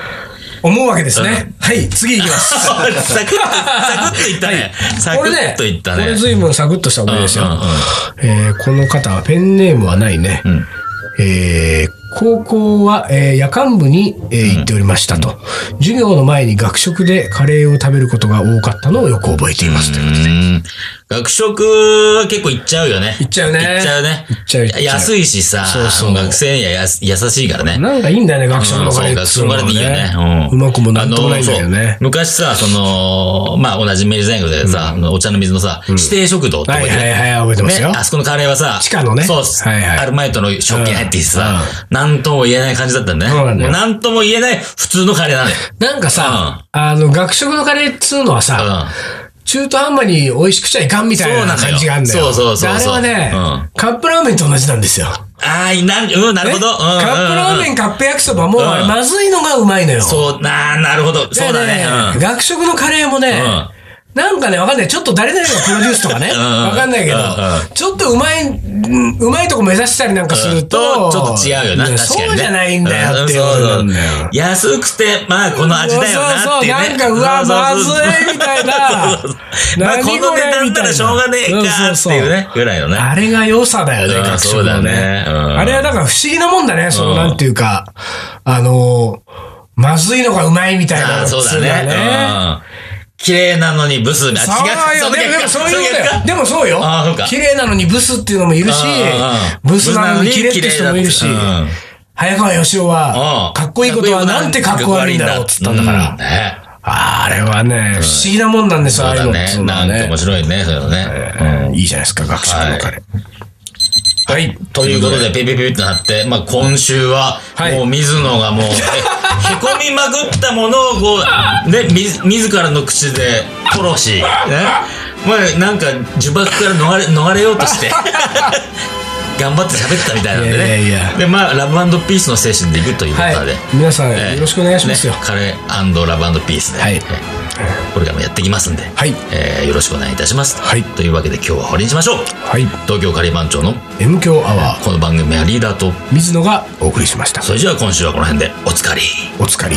Speaker 1: 思うわけですね。はい、次行きます。
Speaker 2: サクッと、サクッといったね。サク
Speaker 1: これね
Speaker 2: ッ、といった
Speaker 1: こ
Speaker 2: ね
Speaker 1: れ。随分サクッとした思いですよ。
Speaker 2: うんうんうん
Speaker 1: えーこの方はペンネームはないね。えー高校は、えー夜間部に、えー行っておりましたと、授業の前に学食でカレーを食べることが多かったのをよく覚えていますということで
Speaker 2: うん学食は結構行っちゃうよね。
Speaker 1: 行っちゃうね
Speaker 2: 行っちゃうね。
Speaker 1: 行っちゃう行っちゃう
Speaker 2: 安いしさ、
Speaker 1: そうそう
Speaker 2: 学生にはやす優しいからね。
Speaker 1: なんかいいんだよね、学食のカレー
Speaker 2: うん
Speaker 1: っつ
Speaker 2: そうう
Speaker 1: の
Speaker 2: 学
Speaker 1: は
Speaker 2: 食のカレーっていいよね。
Speaker 1: うまくもなんともないんだよ
Speaker 2: あのそ
Speaker 1: ね
Speaker 2: う。昔さ、その、まあ、同じ明治大学でさ、あのお茶の水のさ、指定食堂って
Speaker 1: は
Speaker 2: 覚
Speaker 1: い
Speaker 2: えて
Speaker 1: は
Speaker 2: る
Speaker 1: いはい、覚えてます
Speaker 2: ね、
Speaker 1: よ。
Speaker 2: あそこのカレーはさ、
Speaker 1: 地下のね
Speaker 2: そう、
Speaker 1: はいはい
Speaker 2: アルバイトの食券入ってきてさ、なんとも言えない感じだったんだね。
Speaker 1: そうなんだよ
Speaker 2: なんとも言えない普通のカレーなんだよ。
Speaker 1: なんかさ、あの、学食のカレーっつうのは
Speaker 2: う
Speaker 1: さ、
Speaker 2: ん。
Speaker 1: 中途半端に美味しくちゃいかんみたいな感じがあるんだよ。
Speaker 2: そうなのよそうそうそう
Speaker 1: であれはね、カップラーメンと同じなんですよ。
Speaker 2: ああ、なん、うん、なるほど。
Speaker 1: ね
Speaker 2: うん
Speaker 1: カップラーメ
Speaker 2: ン。
Speaker 1: ン、カップ焼きそばも、
Speaker 2: ん
Speaker 1: あれまずいのがうまいのよ。
Speaker 2: そう、なーなるほど。そうだね。うん
Speaker 1: 学食のカレーもね、
Speaker 2: ん
Speaker 1: なんかね、わかんない。ちょっと誰々がプロデュースとかね。
Speaker 2: うんうん
Speaker 1: わかんないけど
Speaker 2: うんう、
Speaker 1: ちょっとうまい、うんうまいとこ目指したりなんかする
Speaker 2: う
Speaker 1: と、
Speaker 2: んちょっと違うよな、
Speaker 1: いや
Speaker 2: 確かにね。
Speaker 1: そうじゃないんだよっていうことなんだよ
Speaker 2: うんそうそう安くて、まあ、この味だよなっていう、ね。
Speaker 1: そうそうそうなんかうわ
Speaker 2: そうそうそう
Speaker 1: まずいみたいな
Speaker 2: そうそう まあ、
Speaker 1: 何
Speaker 2: こ
Speaker 1: これ
Speaker 2: の値段ならしょうがねえか
Speaker 1: みたいな
Speaker 2: っていうね、ぐらいのね。
Speaker 1: あれが良さだよね、
Speaker 2: うん
Speaker 1: 学食
Speaker 2: そう
Speaker 1: の
Speaker 2: だ
Speaker 1: ね
Speaker 2: ねうん
Speaker 1: あれはだから不思議なもんだね、その、
Speaker 2: うん
Speaker 1: なんていうか、あのー、まずいのがうまいみたい
Speaker 2: あ
Speaker 1: な。
Speaker 2: あそうだね。うん綺麗なのにブスみたいな。
Speaker 1: そうよ、で
Speaker 2: 違
Speaker 1: もでもそういうことだよ。
Speaker 2: で
Speaker 1: でもそうよ
Speaker 2: あーそうか。
Speaker 1: 綺麗なのにブスっていうのもいるし
Speaker 2: うん、うん
Speaker 1: ブスなのに綺麗って人もいるし
Speaker 2: ブスなのに綺麗だって、
Speaker 1: 早川義雄
Speaker 2: う
Speaker 1: は
Speaker 2: ん、
Speaker 1: かっこいいことはなんてかっこ悪いんだろうって言ったんだから。
Speaker 2: ね。
Speaker 1: あれはね、不思議なもんなんですよ、あ
Speaker 2: そ
Speaker 1: あ
Speaker 2: う
Speaker 1: いうの
Speaker 2: だ
Speaker 1: っつう
Speaker 2: ね。
Speaker 1: のは
Speaker 2: なんて
Speaker 1: ね
Speaker 2: 面。白いね、それはね。うん
Speaker 1: いいじゃないですか、学食のカレー。はい。
Speaker 2: ということで、ピピピピってなって、まあ、今週は、
Speaker 1: はい
Speaker 2: もう水野 がもう、えへこみまくったものを、こう、ね、み、自らの口で殺し、ね。まあ、なんか、呪縛から逃れ、逃れようと して、頑張って喋ったみたいなんでね。
Speaker 1: いやいやいや
Speaker 2: で、まあ、ラブピースの精神でいくというこ
Speaker 1: は
Speaker 2: と
Speaker 1: い
Speaker 2: で。。
Speaker 1: 皆さん、
Speaker 2: えー
Speaker 1: よろしくお願いしますよ
Speaker 2: ね。カレーラブピースで。
Speaker 1: はい
Speaker 2: えーこれからもやっていきますんで、
Speaker 1: はい
Speaker 2: えーよろしくお願いいたします。
Speaker 1: はい
Speaker 2: というわけで今日は終わりにしましょう。
Speaker 1: はい。
Speaker 2: 東京カリー番長の
Speaker 1: M 強アワ
Speaker 2: この番組はリーダーと
Speaker 1: ー、水野がお送りしました。
Speaker 2: それじゃあ今週はこの辺でおつかり。
Speaker 1: お疲れ。